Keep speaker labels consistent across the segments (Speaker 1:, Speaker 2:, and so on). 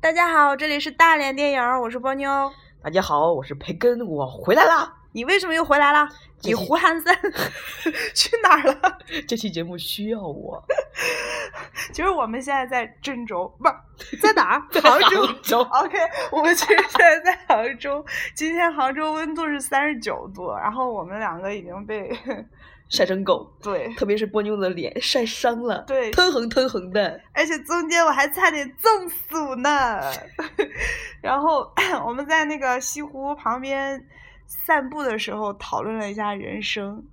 Speaker 1: 大家好，这里是大连电影儿，我是波妞。
Speaker 2: 大家好，我是培根，我回来啦！
Speaker 1: 你为什么又回来了？你
Speaker 2: 这是
Speaker 1: 胡汉三 去哪儿了？
Speaker 2: 这期节目需要我，
Speaker 1: 其实我们现在在郑州，不是 在哪儿？
Speaker 2: 在
Speaker 1: 杭
Speaker 2: 杭
Speaker 1: 州。
Speaker 2: 州
Speaker 1: OK，我们其实现在在杭州。今天杭州温度是三十九度，然后我们两个已经被
Speaker 2: 晒成狗，
Speaker 1: 对，
Speaker 2: 特别是波妞的脸 晒伤了，
Speaker 1: 对
Speaker 2: 腾横腾横的。
Speaker 1: 而且中间我还差点中暑呢。 然后 我们在那个西湖旁边散步的时候，讨论了一下人生，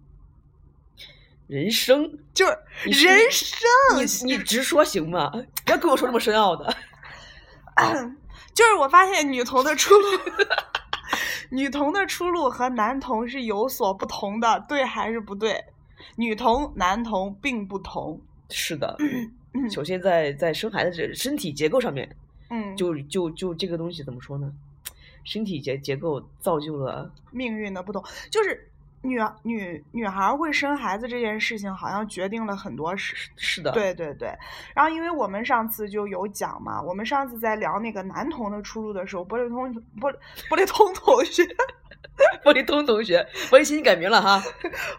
Speaker 2: 人生，
Speaker 1: 就是
Speaker 2: 你是
Speaker 1: 人生，
Speaker 2: 你你直说行吗？不要跟我说这么深奥的。
Speaker 1: 就是我发现女童的出路， 女童的出路和男童是有所不同的，对还是不对？女童、男童并不同。
Speaker 2: 是的，
Speaker 1: 嗯
Speaker 2: 首先在在生孩子这身体结构上面，
Speaker 1: 嗯，
Speaker 2: 就就就这个东西怎么说呢？身体结结构造就了，
Speaker 1: 命运的不同，就是女女女孩会生孩子这件事情，好像决定了很多事。
Speaker 2: 是的，，
Speaker 1: 对对对，然后因为我们上次就有讲嘛，我们上次在聊那个男童的出路的时候，玻璃通玻玻璃通同学，
Speaker 2: 玻璃通同学，玻璃心改名了哈，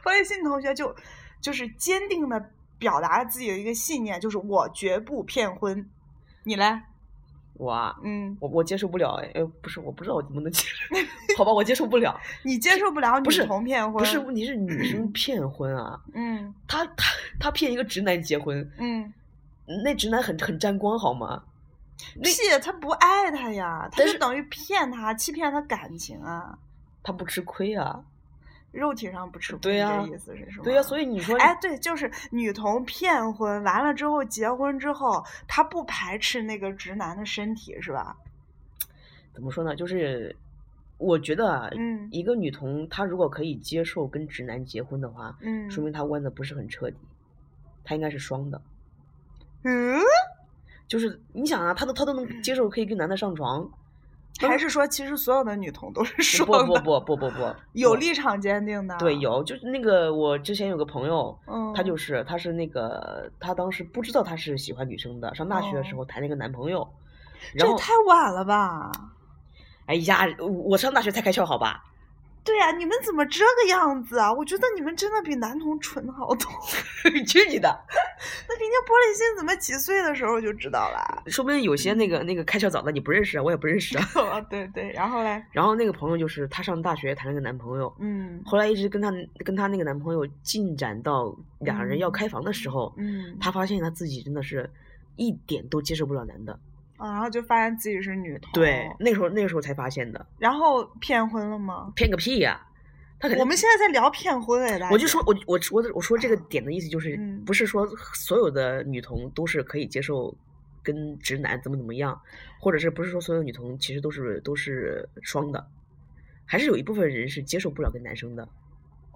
Speaker 1: 玻璃心同学就就是坚定的表达了自己的一个信念，就是我绝不骗婚。你嘞？
Speaker 2: 哇。
Speaker 1: 嗯，
Speaker 2: 我我接受不了哎，哎不是，我不知道我能不能接受， 好吧，我接受不了。
Speaker 1: 你接受不了女
Speaker 2: 不是
Speaker 1: 童骗婚？
Speaker 2: 不是，问题是女 生骗婚啊，
Speaker 1: 嗯
Speaker 2: 她她她骗一个直男结婚，
Speaker 1: 嗯，
Speaker 2: 那直男很很沾光好吗？那
Speaker 1: 屁，他不爱他呀，他
Speaker 2: 但
Speaker 1: 就是等于骗他，欺骗他感情啊，
Speaker 2: 他不吃亏啊，
Speaker 1: 肉体上不吃亏，
Speaker 2: 对
Speaker 1: 你
Speaker 2: 呀
Speaker 1: 这意思是什么？
Speaker 2: 对呀、所以你说，
Speaker 1: 哎，对，就是女童骗婚，完了之后结婚之后，她不排斥那个直男的身体，是吧？
Speaker 2: 怎么说呢？就是我觉得啊，
Speaker 1: 嗯
Speaker 2: 一个女童她如果可以接受跟直男结婚的话，
Speaker 1: 嗯
Speaker 2: 说明她弯的不是很彻底，她应该是双的。
Speaker 1: 嗯，
Speaker 2: 就是你想啊，她都她都能接受可以跟男的上床，
Speaker 1: 还是说其实所有的女童都是
Speaker 2: 不
Speaker 1: 双
Speaker 2: 不
Speaker 1: 的，
Speaker 2: 不不不不，
Speaker 1: 有啊
Speaker 2: 我
Speaker 1: 立场坚定的？
Speaker 2: 对，有，就是那个我之前有个朋友，
Speaker 1: 嗯，
Speaker 2: 她就是，她是那个，她当时不知道她是喜欢女生的，上大学的时
Speaker 1: 哦
Speaker 2: 候谈了一个男朋友，
Speaker 1: 这
Speaker 2: 然
Speaker 1: 也
Speaker 2: 后，
Speaker 1: 太晚了吧？
Speaker 2: 哎呀，我我上大学才开窍，好吧？
Speaker 1: 对呀、你们怎么这个样子啊？我觉得你们真的比男童蠢好多。
Speaker 2: 去你的！
Speaker 1: 那人家玻璃心怎么几岁的时候就知道 了？啊
Speaker 2: 说不定有些那个那个开窍早的你不认识啊，我也不认识啊。
Speaker 1: 哦，对对，然后嘞，
Speaker 2: 然后那个朋友就是她上大学谈了个男朋友，
Speaker 1: 嗯
Speaker 2: 后来一直跟她跟她那个男朋友进展到两人要开房的时候，
Speaker 1: 嗯，
Speaker 2: 她发现她自己真的是一点都接受不了男的。
Speaker 1: 啊，然后就发现自己是女童，
Speaker 2: 对，那时候那个时候才发现的，
Speaker 1: 然后骗婚了吗？
Speaker 2: 骗个屁呀、她肯定
Speaker 1: 我们现在在聊骗婚哎，大
Speaker 2: 我
Speaker 1: 姐
Speaker 2: 就说，，我我说的我说这个点的意思就是
Speaker 1: 嗯，
Speaker 2: 不是说所有的女童都是可以接受跟直男怎么怎么样，或者是不是说所有女童其实都是都是双的，还是有一部分人是接受不了跟男生的，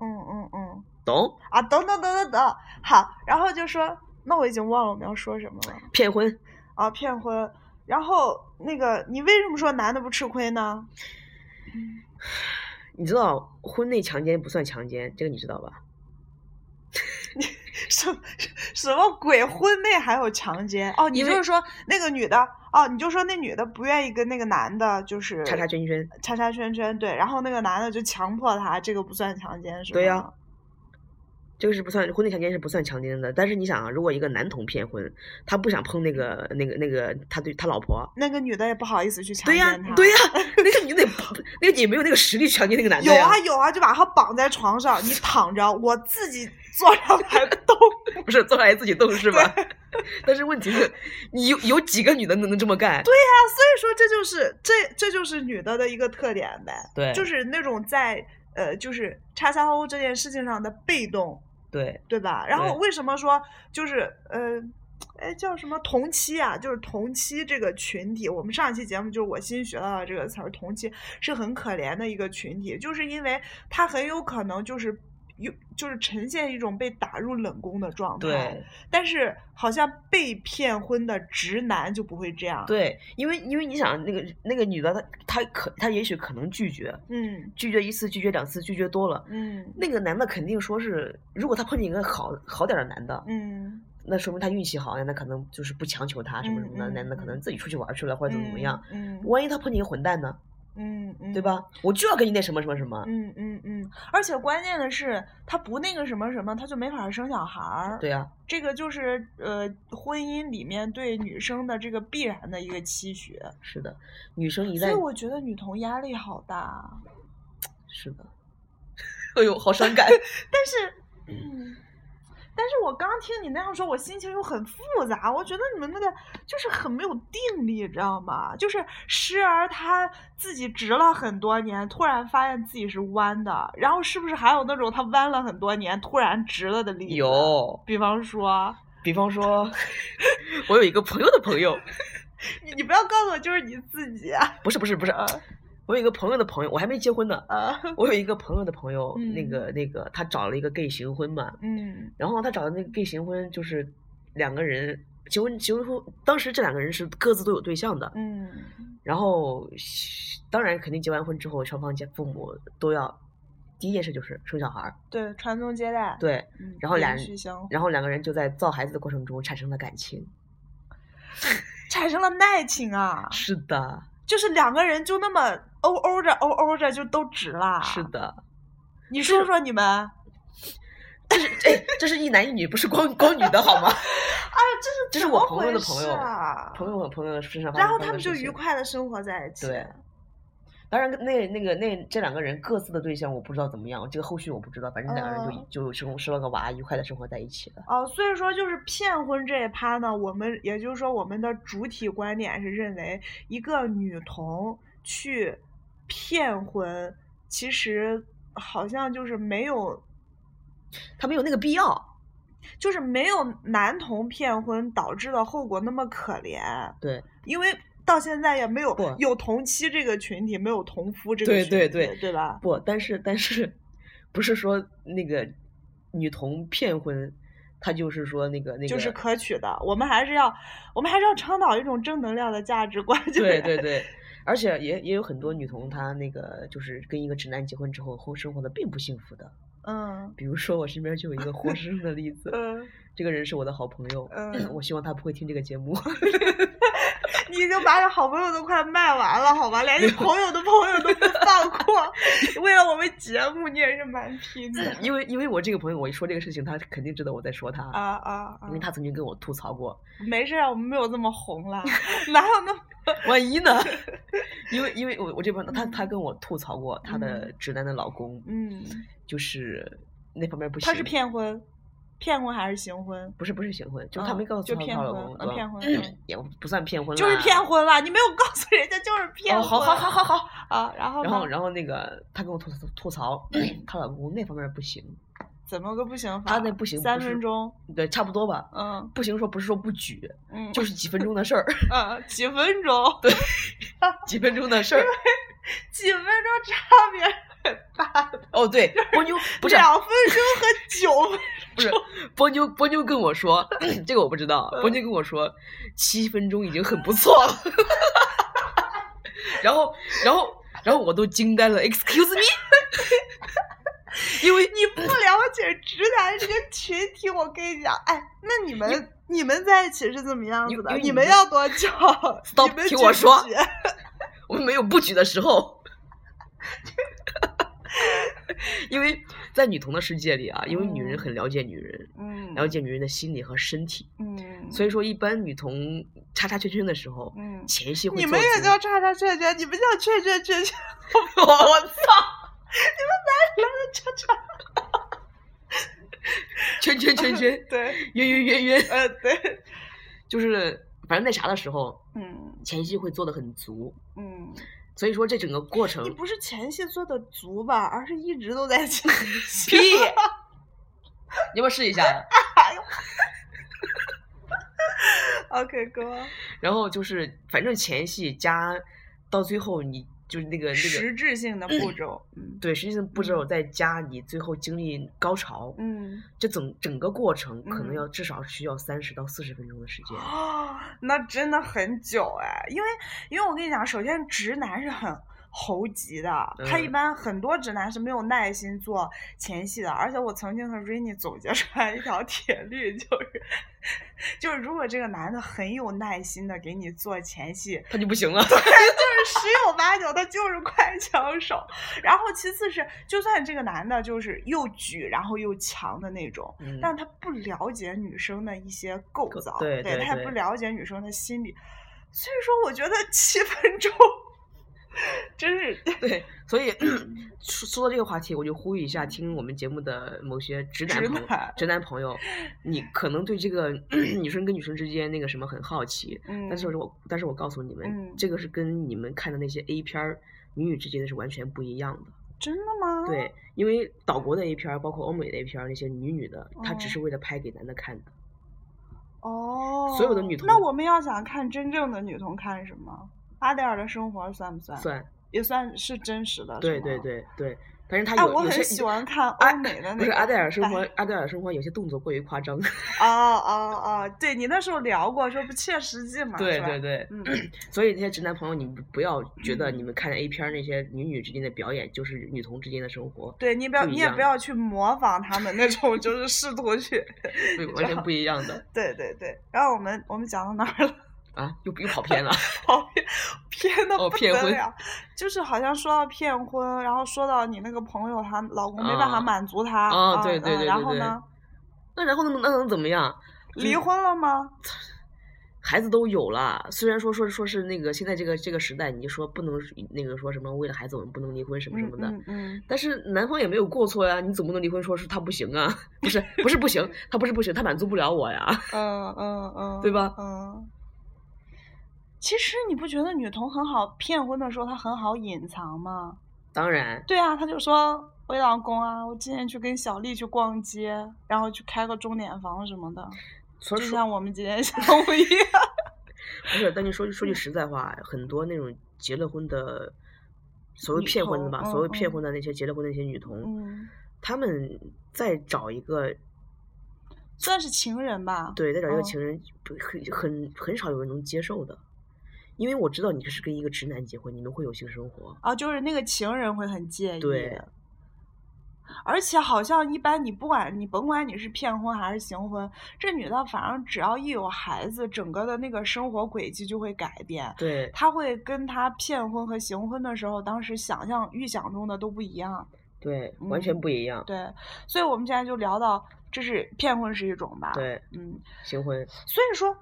Speaker 1: 嗯嗯嗯，
Speaker 2: 懂？
Speaker 1: 啊，等等等等等，好，然后就说，那我已经忘了我们要说什么了
Speaker 2: 骗婚，
Speaker 1: 啊，骗婚，然后那个你为什么说男的不吃亏呢？
Speaker 2: 你知道婚内强奸不算强奸，这个你知道吧？
Speaker 1: 什什么鬼？婚内还有强奸？哦，你
Speaker 2: 因
Speaker 1: 就
Speaker 2: 为
Speaker 1: 是说那个女的，哦，你就说那女的不愿意跟那个男的，就是
Speaker 2: 叉叉圈圈，
Speaker 1: 叉叉圈圈，对，然后那个男的就强迫她，这个不算强奸是吧？
Speaker 2: 对呀这个是不算婚内强奸是不算强奸的。但是你想啊，如果一个男童骗婚，他不想碰那个那个那个他对他老婆。
Speaker 1: 那个女的也不好意思去强
Speaker 2: 对呀
Speaker 1: 奸他，，
Speaker 2: 对呀，那个你得， 那个也没有那个实力强奸那个男的
Speaker 1: 有
Speaker 2: 呀。
Speaker 1: 啊有啊，就把他绑在床上，你躺着，我自己坐上来动。
Speaker 2: 不是做来自己动是吧？ 但是问题是，你有有几个女的能能这么干？对
Speaker 1: 啊， 所以说这就是这这就是女的的一个特点呗，
Speaker 2: 对
Speaker 1: 就是是那种在呃就是叉叉 O 这件事情上的被动，
Speaker 2: 对
Speaker 1: 对吧？然后
Speaker 2: 对
Speaker 1: 为什么说就是呃。哎，叫什么同期啊？就是同期这个群体，我们上一期节目就是我新学到的这个词儿，同期是很可怜的一个群体，就是因为他很有可能就是有就是呈现一种被打入冷宫的状态，
Speaker 2: 对
Speaker 1: 但是好像被骗婚的直男就不会这样。，
Speaker 2: 对，因为因为你想，那个那个女的她她可她也许可能拒绝，
Speaker 1: 嗯
Speaker 2: 拒绝一次，拒绝两次，拒绝多了，
Speaker 1: 嗯
Speaker 2: 那个男的肯定说是，如果他碰见一个好好点儿的男的，
Speaker 1: 嗯，
Speaker 2: 那说明他运气好，那那可能就是不强求他什么什么的，
Speaker 1: 嗯嗯
Speaker 2: 那那可能自己出去玩去了或者怎么怎么样。
Speaker 1: 嗯？嗯
Speaker 2: 万一他碰见一个混蛋呢，
Speaker 1: 嗯嗯，
Speaker 2: 对？吧？我就要跟你那什么什么什么，
Speaker 1: 嗯嗯嗯，而且关键的是，他不那个什么什么，他就没法生小孩儿。
Speaker 2: 对啊呀、
Speaker 1: 这个就是呃，婚姻里面对女生的这个必然的一个期许，
Speaker 2: 是的，女生一
Speaker 1: 所以
Speaker 2: 旦
Speaker 1: 我觉得女童压力好大。
Speaker 2: 是的， 哎呦，好伤感。
Speaker 1: 但是，嗯， 但是我刚听你那样说，我心情又很复杂。我觉得你们那个就是很没有定力，知道吗？就是时而他自己直了很多年，突然发现自己是弯的，然后是不是还有那种他弯了很多年突然直了的例子？，
Speaker 2: 有，
Speaker 1: 比方说，
Speaker 2: 比方说， 我有一个朋友的朋友，
Speaker 1: 你你不要告诉我就是你自己啊！
Speaker 2: 不是不是不是，我有一个朋友的朋友，我还没结婚呢。
Speaker 1: 啊
Speaker 2: 我有一个朋友的朋友，那
Speaker 1: 嗯
Speaker 2: 个那个，他找了一个 gay 行婚嘛，
Speaker 1: 嗯
Speaker 2: 然后他找的那个 gay 行婚就是两个人结婚结婚后，当时这两个人是各自都有对象的，
Speaker 1: 嗯
Speaker 2: 然后当然肯定结完婚之后，双方家父母都要第一件事就是生小孩儿，
Speaker 1: 对，传宗接代，
Speaker 2: 对，
Speaker 1: 嗯，
Speaker 2: 然后俩
Speaker 1: 延
Speaker 2: 人
Speaker 1: 续相
Speaker 2: 然后两个人就在造孩子的过程中产生了感情，
Speaker 1: 产生了爱情啊！
Speaker 2: 是的，
Speaker 1: 就是两个人就那么欧欧着欧欧着就都直啦。
Speaker 2: 是，的，
Speaker 1: 你说说你们啊，
Speaker 2: 这是哎，这是一男一女，不是光光女的好吗？
Speaker 1: 这
Speaker 2: 这
Speaker 1: 是怎
Speaker 2: 是我
Speaker 1: 么
Speaker 2: 朋友
Speaker 1: 回
Speaker 2: 的
Speaker 1: 事
Speaker 2: 朋友
Speaker 1: 啊？
Speaker 2: 朋友和朋友身上发
Speaker 1: 然
Speaker 2: 生
Speaker 1: 后
Speaker 2: 发
Speaker 1: 他
Speaker 2: 生
Speaker 1: 们
Speaker 2: 的
Speaker 1: 就
Speaker 2: 事
Speaker 1: 愉
Speaker 2: 情
Speaker 1: 快的生活在一起。
Speaker 2: 对，当然，那那个那这两个人各自的对象我不知道怎么样，这个后续我不知道，反正两个人就、
Speaker 1: 哦
Speaker 2: 就生生了个娃，愉快的生活在一起了。
Speaker 1: 哦，所以说就是骗婚这一趴呢，我们也就是说我们的主体观点是认为一个女童去骗婚，其实好像就是没有，
Speaker 2: 他没有那个必要，
Speaker 1: 就是没有男童骗婚导致的后果那么可怜，
Speaker 2: 对
Speaker 1: 因为。到现在也没有
Speaker 2: 不
Speaker 1: 有同妻这个群体，没有同夫这个
Speaker 2: 对
Speaker 1: 群体，
Speaker 2: 对
Speaker 1: 对
Speaker 2: 对
Speaker 1: 吧？
Speaker 2: 不，但是但是，不是说那个女童骗婚，她就是说那个那个，
Speaker 1: 就是可取的。我们还是要，我们还是要倡导一种正能量的价值观。就是
Speaker 2: 对对 对，而且也也有很多女童她那个就是跟一个直男结婚之后，后生活的并不幸福的。
Speaker 1: 嗯
Speaker 2: 比如说我身边就有一个 活生生的例子，
Speaker 1: 嗯，
Speaker 2: 这个人是我的好朋友，
Speaker 1: 嗯
Speaker 2: 我希望他不会听这个节目。
Speaker 1: 你已经把你好朋友都快卖完了，好吧？连你朋友的朋友都不放 过，为了我们节目，你 也是蛮拼的。
Speaker 2: 因为因为我这个朋友，我一说这个事情，他肯定知道我在说他，
Speaker 1: 啊啊啊
Speaker 2: 因！为他曾经跟我吐槽过。
Speaker 1: 没事，啊，我们没有这么红啦， 哪有那么……
Speaker 2: 万一呢？ 因为因为我我这朋友，他他跟我吐槽过他的直男的老公，
Speaker 1: 嗯，
Speaker 2: 就是那方面不行。
Speaker 1: 他是骗婚，骗婚还是行婚？
Speaker 2: 不是不是行婚，就是他
Speaker 1: 嗯
Speaker 2: 没告
Speaker 1: 就
Speaker 2: 诉他
Speaker 1: 骗
Speaker 2: 她老
Speaker 1: 婚
Speaker 2: 公
Speaker 1: 啊
Speaker 2: 对吧
Speaker 1: 骗婚嗯
Speaker 2: 也不算骗婚啦，
Speaker 1: 就是骗婚啦！你没有告诉人家，就是骗
Speaker 2: 哦
Speaker 1: 婚。
Speaker 2: 好好好好好。
Speaker 1: 啊，然后
Speaker 2: 然后
Speaker 1: 呢
Speaker 2: 然后那个他跟我吐槽 吐槽她老公那方面不行，
Speaker 1: 怎么个不行法？
Speaker 2: 他那不行不
Speaker 1: 啊三
Speaker 2: 是
Speaker 1: 分钟。
Speaker 2: 对，差不多吧。
Speaker 1: 嗯
Speaker 2: 不行说不是说不举，
Speaker 1: 嗯，
Speaker 2: 就是几分钟的事儿，
Speaker 1: 啊，几分钟，
Speaker 2: 几分钟的事儿。
Speaker 1: 几分钟差别
Speaker 2: 哦，对，波妞不是
Speaker 1: 两分钟和九分，
Speaker 2: 不是，波妞波妞跟我说， 这个我不知道。
Speaker 1: 嗯
Speaker 2: 波妞跟我说，七分钟已经很不错了。 然后，然后，然后我都惊呆了，Excuse me，因为
Speaker 1: 你不了解直男这个群体，我跟你讲，哎，那你们你们在一起是怎么样
Speaker 2: 因
Speaker 1: 子
Speaker 2: 因
Speaker 1: 的？
Speaker 2: 为
Speaker 1: 你
Speaker 2: 你
Speaker 1: 们
Speaker 2: 们
Speaker 1: 要多久？
Speaker 2: Stop，
Speaker 1: 你们
Speaker 2: 听
Speaker 1: 举
Speaker 2: 我
Speaker 1: 不
Speaker 2: 说
Speaker 1: 举
Speaker 2: 我们没有不举的时候。因为在女童的世界里啊，因为女人很了解女人，
Speaker 1: 嗯，
Speaker 2: 了解女人的心理和身体，
Speaker 1: 嗯，
Speaker 2: 所以说一般女童叉叉圈圈的时候，
Speaker 1: 嗯，
Speaker 2: 前戏会
Speaker 1: 你
Speaker 2: 做
Speaker 1: 们也
Speaker 2: 足
Speaker 1: 叫叉叉圈圈，你们叫圈圈圈圈，
Speaker 2: 我我操！你们哪里来的圈圈？圈圈 圈圈，
Speaker 1: 对，
Speaker 2: 圆圆圆圆，
Speaker 1: 呃，对，
Speaker 2: 就是反正那啥的时候，
Speaker 1: 嗯
Speaker 2: 前戏会做的很足，
Speaker 1: 嗯，
Speaker 2: 所以说这整个过
Speaker 1: 你
Speaker 2: 程，
Speaker 1: 不是前戏做的足吧，而是一直都在前
Speaker 2: 屁
Speaker 1: 戏。！
Speaker 2: 你要不要试一下？
Speaker 1: OK，哥，
Speaker 2: 然后就是反正前戏加到最后，你就是那个那个
Speaker 1: 实质性的步骤，嗯
Speaker 2: 对，实际上步骤再加你最后经历高潮，
Speaker 1: 嗯。
Speaker 2: 这整整个过程可能
Speaker 1: 嗯
Speaker 2: 要至少需要三十到四十分钟的时 间。
Speaker 1: 啊，那真的很久哎，因为因为我跟你讲，首先直男是很猴急的，他一
Speaker 2: 嗯
Speaker 1: 般很多直男是没有耐心做前戏的。而且我曾经和 Rainy 总结出来一条铁律，就是 就是如果这个男的很有耐心的给你做前戏，
Speaker 2: 他就不行了。
Speaker 1: 十有八九他就是快枪手。然后其次是，就算这个男的就是又举然后又强的那种，
Speaker 2: 嗯
Speaker 1: 但他不了解女生的一些构
Speaker 2: 构
Speaker 1: 造，
Speaker 2: 对对
Speaker 1: 他也
Speaker 2: 对
Speaker 1: 不了解女生的心理。所以说，我觉得七分钟真是
Speaker 2: 对，所以
Speaker 1: 嗯
Speaker 2: 说说到这个话题，我就呼吁一下听我们节目的某些直男
Speaker 1: 直
Speaker 2: 朋友
Speaker 1: 男
Speaker 2: 直男朋 友，你可能对这个 女生跟女生之间那个什么很好奇，
Speaker 1: 嗯，
Speaker 2: 但是我但是我告诉你们，
Speaker 1: 嗯
Speaker 2: 这个是跟你们看的那些 A 片儿女女之间的是完全不一样的。
Speaker 1: 真的吗？，
Speaker 2: 对，因为岛国的 A 片儿，包括欧美的 A 片儿，那些女女的，她只
Speaker 1: 哦
Speaker 2: 是为了拍给男的看的。
Speaker 1: 哦，
Speaker 2: 所有的女
Speaker 1: 那
Speaker 2: 同
Speaker 1: 我们要想看真正的女童看什么？阿黛尔的生活算不算？，
Speaker 2: 算，
Speaker 1: 也算是真实的。
Speaker 2: 对
Speaker 1: 是
Speaker 2: 对
Speaker 1: 吗。
Speaker 2: 对对，但是她
Speaker 1: 哎，
Speaker 2: 有、
Speaker 1: 我
Speaker 2: 有
Speaker 1: 很
Speaker 2: 些
Speaker 1: 喜欢看
Speaker 2: 阿
Speaker 1: 欧美的那个、哎
Speaker 2: 不是阿黛尔生活，阿黛尔生活有些动作过于夸张。
Speaker 1: 哦哦哦，对你那时候聊过，说不切实际嘛，
Speaker 2: 对
Speaker 1: 是吧
Speaker 2: 对，对，
Speaker 1: 嗯，
Speaker 2: 所以那些直男朋友，你们不要觉得你们看 A 片儿那些女女之间的表演就是女同之间的 生活，
Speaker 1: 对你不要，
Speaker 2: 不一
Speaker 1: 你也
Speaker 2: 样
Speaker 1: 不要去模仿他们那种，就是试图去，
Speaker 2: 对，完全不一样的
Speaker 1: 对对对。然后我们我们讲到哪儿了？
Speaker 2: 啊，又又跑偏了。
Speaker 1: 好偏偏的
Speaker 2: 哦
Speaker 1: 不
Speaker 2: 骗
Speaker 1: 得
Speaker 2: 婚
Speaker 1: 了，就是好像说到骗婚，然后说到你那个朋友她老公没办法
Speaker 2: 啊
Speaker 1: 满足她，
Speaker 2: 啊
Speaker 1: 嗯
Speaker 2: 对对
Speaker 1: 嗯
Speaker 2: 对
Speaker 1: 然
Speaker 2: 对
Speaker 1: 后
Speaker 2: 对
Speaker 1: 呢，
Speaker 2: 那然后能那能怎么样？
Speaker 1: 离婚了吗？
Speaker 2: 孩子都有了，虽然说说说是那个现在这个这个时代，你就说不能那个说什么为了孩子我们不能离婚什么什
Speaker 1: 嗯
Speaker 2: 么的，
Speaker 1: 嗯嗯，
Speaker 2: 但是男方也没有过错呀，你总不能离婚说是他不行啊， 不是不是不行，他不是不行，他满足不了我呀，
Speaker 1: 嗯嗯嗯，
Speaker 2: 对吧
Speaker 1: 嗯。其实你不觉得女童很好骗婚的时候，她很好隐藏吗？
Speaker 2: 当然。
Speaker 1: 对啊，他就说我老公啊，我今天去跟小丽去逛街，然后去开个钟点房什么的，
Speaker 2: 所
Speaker 1: 就
Speaker 2: 以说
Speaker 1: 像我们今天下午一样。
Speaker 2: 不是，但是说句说句实在话，很多那种结了婚的，所谓
Speaker 1: 女
Speaker 2: 骗婚
Speaker 1: 同
Speaker 2: 的吧，
Speaker 1: 嗯
Speaker 2: 所谓骗
Speaker 1: 嗯
Speaker 2: 婚的那些结了婚的那些女童，
Speaker 1: 嗯，
Speaker 2: 她们再找一个
Speaker 1: 算是情人吧。
Speaker 2: 对，再找一个
Speaker 1: 嗯
Speaker 2: 情人，不很很很少有人能接受的，因为我知道你是跟一个直男结婚，你们会有性生活，
Speaker 1: 啊，就是那个情人会很介意。
Speaker 2: 对。
Speaker 1: 而且好像一般，你不管你甭管你是骗婚还是行婚，这女的反正只要一有孩子，整个的那个生活轨迹就会改变。
Speaker 2: 对
Speaker 1: 她会跟她骗婚和行婚的时候，当时想象预想中的都不一样。
Speaker 2: 对，完全
Speaker 1: 嗯
Speaker 2: 不一样，
Speaker 1: 对，所以我们现在就聊到，这是骗婚是一种吧？，
Speaker 2: 对，
Speaker 1: 嗯，
Speaker 2: 行婚，
Speaker 1: 所以说，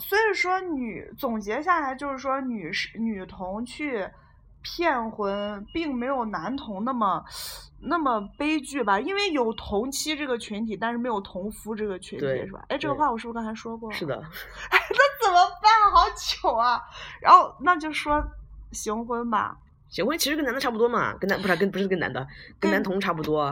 Speaker 1: 所以说女总结下来就是说女士，女童去骗婚，并没有男童那么那么悲剧吧？因为有同妻这个群体，但是没有同夫这个群体，
Speaker 2: 对
Speaker 1: 是吧？哎，这个
Speaker 2: 对
Speaker 1: 话我是不是刚才说过？
Speaker 2: 是。的，
Speaker 1: 那怎么办？好糗啊！然后那就说行婚吧。
Speaker 2: 行婚其实跟男的差不多嘛，跟男不是跟不是跟男的，跟
Speaker 1: 跟
Speaker 2: 男同差不多，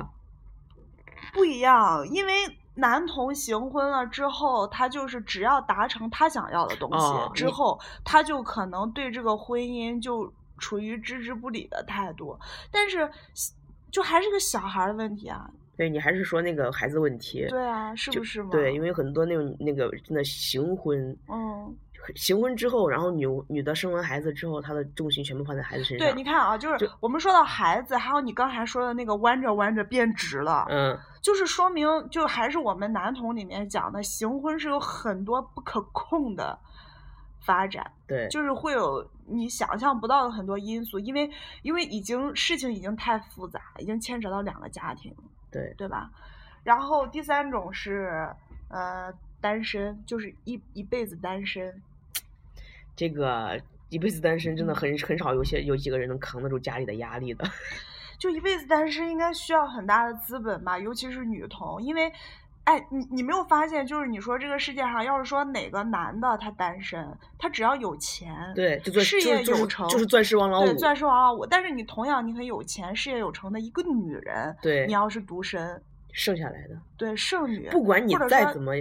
Speaker 1: 不一样，因为男童行婚了之后，他就是只要达成他想要的东西、
Speaker 2: 哦
Speaker 1: 之
Speaker 2: 你
Speaker 1: 后，他就可能对这个婚姻就处于置之不理的态度。但是，就还是个小孩儿的问题啊，
Speaker 2: 对你还是说那个孩子问题，
Speaker 1: 对啊，是
Speaker 2: 就
Speaker 1: 不是嘛？
Speaker 2: 对，因为很多那种那个真的行婚。
Speaker 1: 嗯，
Speaker 2: 行婚之后，然后女女的生完孩子之后，她的重心全部放在孩子身上。
Speaker 1: 对，你看啊，就是
Speaker 2: 就
Speaker 1: 我们说到孩子，还有你刚才说的那个弯着弯着变直了，
Speaker 2: 嗯，
Speaker 1: 就是说明，就还是我们男童里面讲的，行婚是有很多不可控的发展。
Speaker 2: 对，
Speaker 1: 就是会有你想象不到的很多因素，因为因为已经事情已经太复杂，已经牵扯到两个家庭，
Speaker 2: 对，
Speaker 1: 对吧？然后第三种是呃单身，就是一一辈子单身，
Speaker 2: 这个一辈子单身真的很很少有些有几个人能扛得住家里的压力的。
Speaker 1: 就一辈子单身应该需要很大的资本吧，尤其是女童，因为。哎，你你没有发现，就是你说这个世界上，要是说哪个男的他单身，他只要有钱，
Speaker 2: 对，就钻
Speaker 1: 事
Speaker 2: 就
Speaker 1: 业
Speaker 2: 是就
Speaker 1: 有
Speaker 2: 是
Speaker 1: 成，
Speaker 2: 就是钻石王老
Speaker 1: 对，
Speaker 2: 五。
Speaker 1: 钻石王老五。但是你同样，你很有钱、事业有成的一个女人，
Speaker 2: 对
Speaker 1: 你要是独身，
Speaker 2: 剩下来的，
Speaker 1: 对剩女，
Speaker 2: 不管你
Speaker 1: 或者
Speaker 2: 再
Speaker 1: 说
Speaker 2: 怎么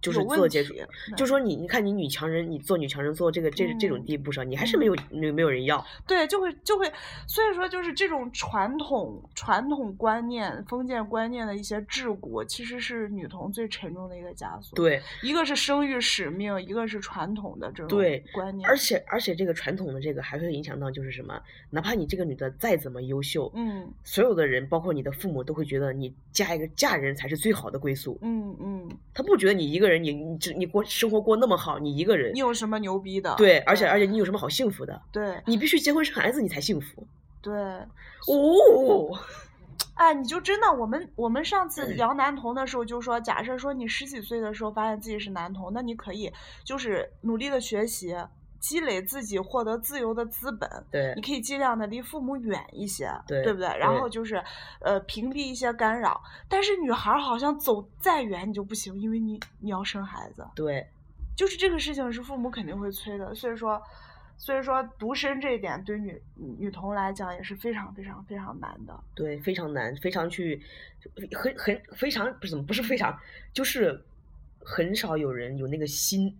Speaker 2: 就
Speaker 1: 有
Speaker 2: 是
Speaker 1: 问
Speaker 2: 做接触
Speaker 1: 题，
Speaker 2: 就说你，你看你女强人，你做女强人做这个这这种
Speaker 1: 嗯
Speaker 2: 地步上，你还是没有没有没有人要。
Speaker 1: 对，就会就会，所以说就是这种传统传统观念、封建观念的一些桎梏，其实是女童最沉重的一个枷锁。，
Speaker 2: 对，
Speaker 1: 一个是生育使命，一个是传统的这种
Speaker 2: 对
Speaker 1: 观念。
Speaker 2: 而且而且这个传统的这个还会影响到就是什么，哪怕你这个女的再怎么优秀，
Speaker 1: 嗯
Speaker 2: 所有的人包括你的父母都会觉得你嫁一个嫁人才是最好的归宿，
Speaker 1: 嗯嗯，
Speaker 2: 他不觉得你一个人你你只你过生活过那么好，你一个人
Speaker 1: 你，有什么牛逼的？
Speaker 2: 对，而且而且你有什么好幸福的？
Speaker 1: 对
Speaker 2: 你必须结婚生孩子你才幸福。
Speaker 1: 对，
Speaker 2: 哦，
Speaker 1: 哎，你就真的，我们我们上次聊男童的时候就说，假设说你十几岁的时候发现自己是男童，那你可以就是努力的学习，积累自己获得自由的资本。
Speaker 2: 对
Speaker 1: 你可以尽量的离父母远一些，
Speaker 2: 对
Speaker 1: 不对？然
Speaker 2: 对
Speaker 1: 后就是，呃，屏蔽一些干扰。但是女孩儿好像走再远你就不行，因为你你要生孩子，
Speaker 2: 对
Speaker 1: 就是这个事情是父母肯定会催的。所以说，所以说独身这一点对女女童来讲也是非常非常非常难的。
Speaker 2: 对，非常难，非常去，很很非常不是怎么不是非常，就是很少有人有那个心，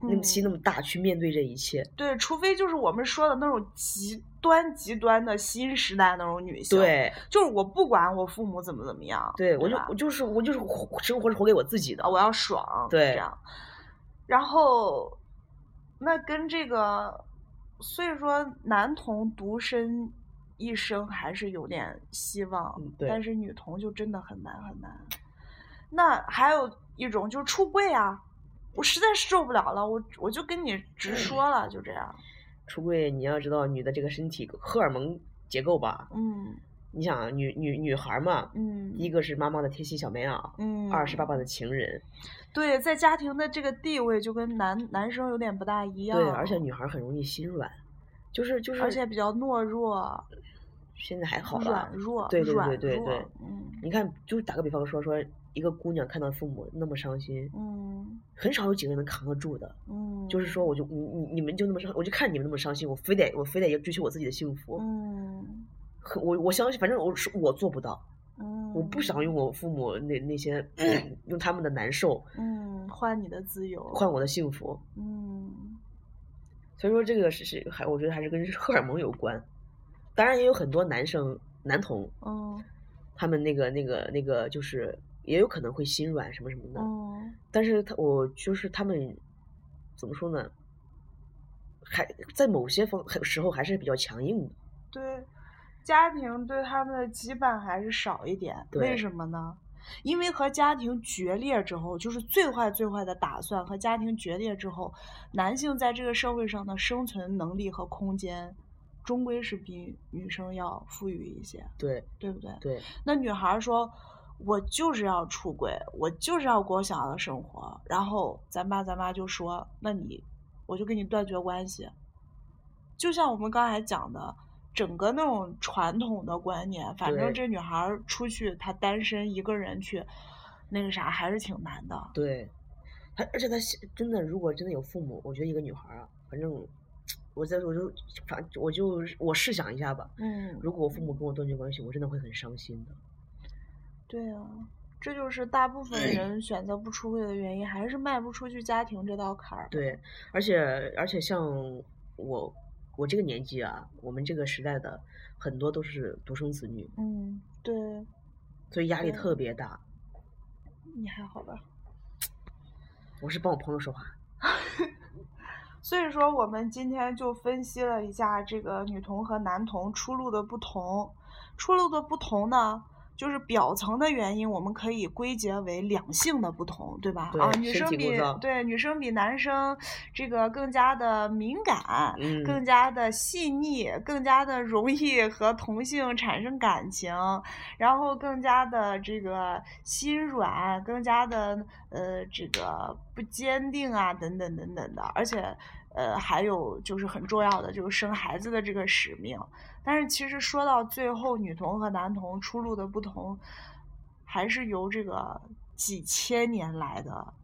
Speaker 2: 那么
Speaker 1: 嗯
Speaker 2: 心那么大去面对这一切。
Speaker 1: 对，除非就是我们说的那种极端极端的新时代那种女性，，
Speaker 2: 对
Speaker 1: 就是我不管我父母怎么怎么样，
Speaker 2: 对，我就
Speaker 1: 吧
Speaker 2: 我就是我就是活生活是活给我自己的
Speaker 1: 啊，。我要爽，
Speaker 2: 对
Speaker 1: 这样。然后，那跟这个，所以说男童独身一生还是有点希望，
Speaker 2: 嗯对
Speaker 1: 但是女童就真的很难很难。那还有一种就是出柜啊，我实在是受不了了，我我就跟你
Speaker 2: 嗯
Speaker 1: 直说了，就这样，
Speaker 2: 出柜你要知道女的这个身体荷尔蒙结构吧，
Speaker 1: 嗯
Speaker 2: 你想啊女女女孩嘛，
Speaker 1: 嗯
Speaker 2: 一个是妈妈的贴心小棉袄，
Speaker 1: 嗯，
Speaker 2: 二是爸爸的情人，
Speaker 1: 对，在家庭的这个地位就跟男男生有点不大一样，
Speaker 2: 对，而且女孩很容易心软，就是就是，
Speaker 1: 而且比较懦弱，
Speaker 2: 现在还好了
Speaker 1: 软。弱，
Speaker 2: 对对
Speaker 1: 软
Speaker 2: 对对
Speaker 1: 弱
Speaker 2: 对
Speaker 1: 嗯
Speaker 2: 你看，就打个比方说，说一个姑娘看到父母那么伤心，
Speaker 1: 嗯
Speaker 2: 很少有几个能扛得住的。
Speaker 1: 嗯，
Speaker 2: 就是说，我就你你你们就那么伤，我就看你们那么伤心，我非得我非得要追求我自己的幸福。
Speaker 1: 嗯
Speaker 2: 很我我相信，反正我是我做不到，
Speaker 1: 嗯，
Speaker 2: 我不想用我父母那那些用他们的难受
Speaker 1: 嗯换你的自由，
Speaker 2: 换我的幸福。
Speaker 1: 嗯
Speaker 2: 所以说，这个是是还我觉得还是跟荷尔蒙有关。当然，也有很多男生男童，
Speaker 1: 嗯
Speaker 2: 他们那个那个那个就是也有可能会心软什么什么的。
Speaker 1: 嗯
Speaker 2: 但是他我就是他们怎么说呢？还在某些方很时候还是比较强硬的，
Speaker 1: 对，家庭对他们的羁绊还是少一点，为
Speaker 2: 对
Speaker 1: 什么呢？因为和家庭决裂之后，就是最坏最坏的打算。和家庭决裂之后，男性在这个社会上的生存能力和空间，终归是比女生要富裕一些，
Speaker 2: 对
Speaker 1: 对不对？
Speaker 2: 对
Speaker 1: 那女孩儿说：“我就是要出轨，我就是要过我想要的生活。”然后咱爸咱妈就说：“那你，我就跟你断绝关系。”就像我们刚才讲的，整个那种传统的观念，反正
Speaker 2: 对
Speaker 1: 这女孩儿出去，她单身一个人去，那个啥还是挺难的。
Speaker 2: 对，他而且他是真的，如果真的有父母，我觉得一个女孩儿啊，反正我在我就反我就我试想一下吧，
Speaker 1: 嗯，
Speaker 2: 如果我父母跟我断绝关系，我真的会很伤心的。
Speaker 1: 对啊，这就是大部分人选择不出轨的原因，还是迈不出去家庭这道坎儿。
Speaker 2: 对，而且而且像我我这个年纪啊，我们这个时代的很多都是独生子女，
Speaker 1: 嗯，对。
Speaker 2: 所以压力
Speaker 1: 对
Speaker 2: 特别大。
Speaker 1: 你还好吧？
Speaker 2: 我是帮我朋友说话，
Speaker 1: 所以说，我们今天就分析了一下这个女童和男童出路的不同。出路的不同呢，就是表层的原因，我们可以归结为两性的不同，对吧？啊，
Speaker 2: 对
Speaker 1: 女
Speaker 2: 身
Speaker 1: 生
Speaker 2: 体构
Speaker 1: 比
Speaker 2: 造
Speaker 1: 对女生比男生这个更加的敏感，
Speaker 2: 嗯，
Speaker 1: 更加的细腻，更加的容易和同性产生感情，然后更加的这个心软，更加的呃这个不坚定啊，等等等等的，而且呃还有就是很重要的就是生孩子的这个使命。但是其实说到最后，女童和男童出路的不同，还是由这个几千年来的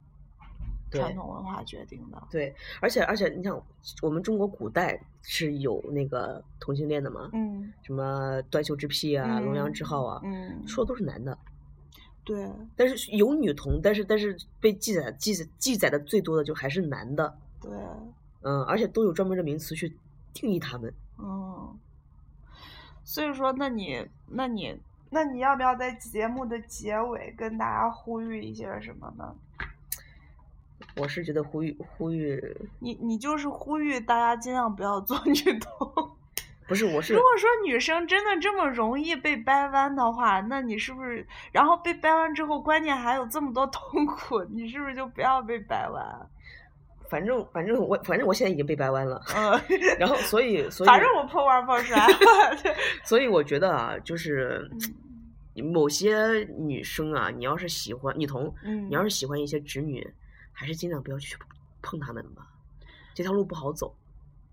Speaker 2: 对
Speaker 1: 传统文化决定的。
Speaker 2: 对，而且而且，你想，我们中国古代是有那个同性恋的嘛？
Speaker 1: 嗯
Speaker 2: 什么断袖之癖啊，龙阳之好啊，
Speaker 1: 嗯，
Speaker 2: 说的都是男的。
Speaker 1: 对，
Speaker 2: 但是有女同，但是但是被记载记载记载的最多的就还是男的，
Speaker 1: 对，
Speaker 2: 嗯，而且都有专门的名词去定义他们。
Speaker 1: 嗯。所以说，那你，那你，那你要不要在节目的结尾跟大家呼吁一些什么呢？
Speaker 2: 我是觉得呼吁呼吁，
Speaker 1: 你你就是呼吁大家尽量不要做女 同。
Speaker 2: 不是我 是
Speaker 1: 如果说女生真的这么容易被掰弯的话，那你是不是，然后被掰弯之后，关键还有这么多痛苦，你是不是就不要被掰弯？
Speaker 2: 反正反正我反正我现在已经被掰弯了，
Speaker 1: 嗯，
Speaker 2: 然后所 以所以
Speaker 1: 反正我破罐破摔。
Speaker 2: 所以我觉得啊，就是
Speaker 1: 嗯
Speaker 2: 某些女生啊，你要是喜欢女同，
Speaker 1: 嗯，
Speaker 2: 你要是喜欢一些直女，还是尽量不要去碰她们吧，这条路不好走。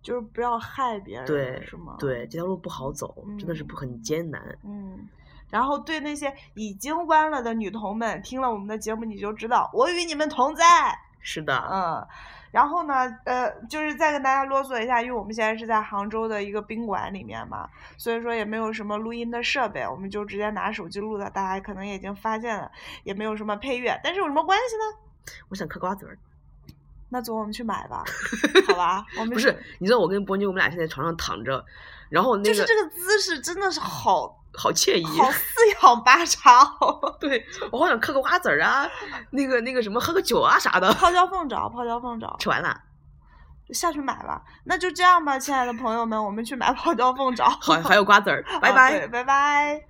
Speaker 1: 就是不要害别人，
Speaker 2: 对，
Speaker 1: 是吗？
Speaker 2: 对，这条路不好走，真的是
Speaker 1: 嗯
Speaker 2: 不很艰难。
Speaker 1: 嗯，然后对那些已经弯了的女同们，听了我们的节目你就知道，我与你们同在。
Speaker 2: 是的，
Speaker 1: 嗯，然后呢，呃，就是再跟大家啰嗦一下，因为我们现在是在杭州的一个宾馆里面嘛，所以说也没有什么录音的设备，我们就直接拿手机录的，大家可能已经发现了，也没有什么配乐，但是有什么关系呢？
Speaker 2: 我想嗑瓜子儿。
Speaker 1: 那总我们去买 吧，好吧？我们
Speaker 2: 不是，你知道我跟伯妞，我们俩现在床上躺着，然后那
Speaker 1: 就
Speaker 2: 个、
Speaker 1: 是这个姿势真的是好
Speaker 2: 好惬意。
Speaker 1: 好四仰八 叉哦，
Speaker 2: 对，我好想嗑个瓜子儿啊，那个那个什么，喝个酒啊啥的。
Speaker 1: 泡椒凤爪，泡椒凤爪。
Speaker 2: 吃完了，
Speaker 1: 下去买吧。那 就这样吧，亲爱的朋友们，我们去买泡椒凤爪。
Speaker 2: 好，还有瓜子儿，拜
Speaker 1: 啊
Speaker 2: 拜。
Speaker 1: 对拜拜。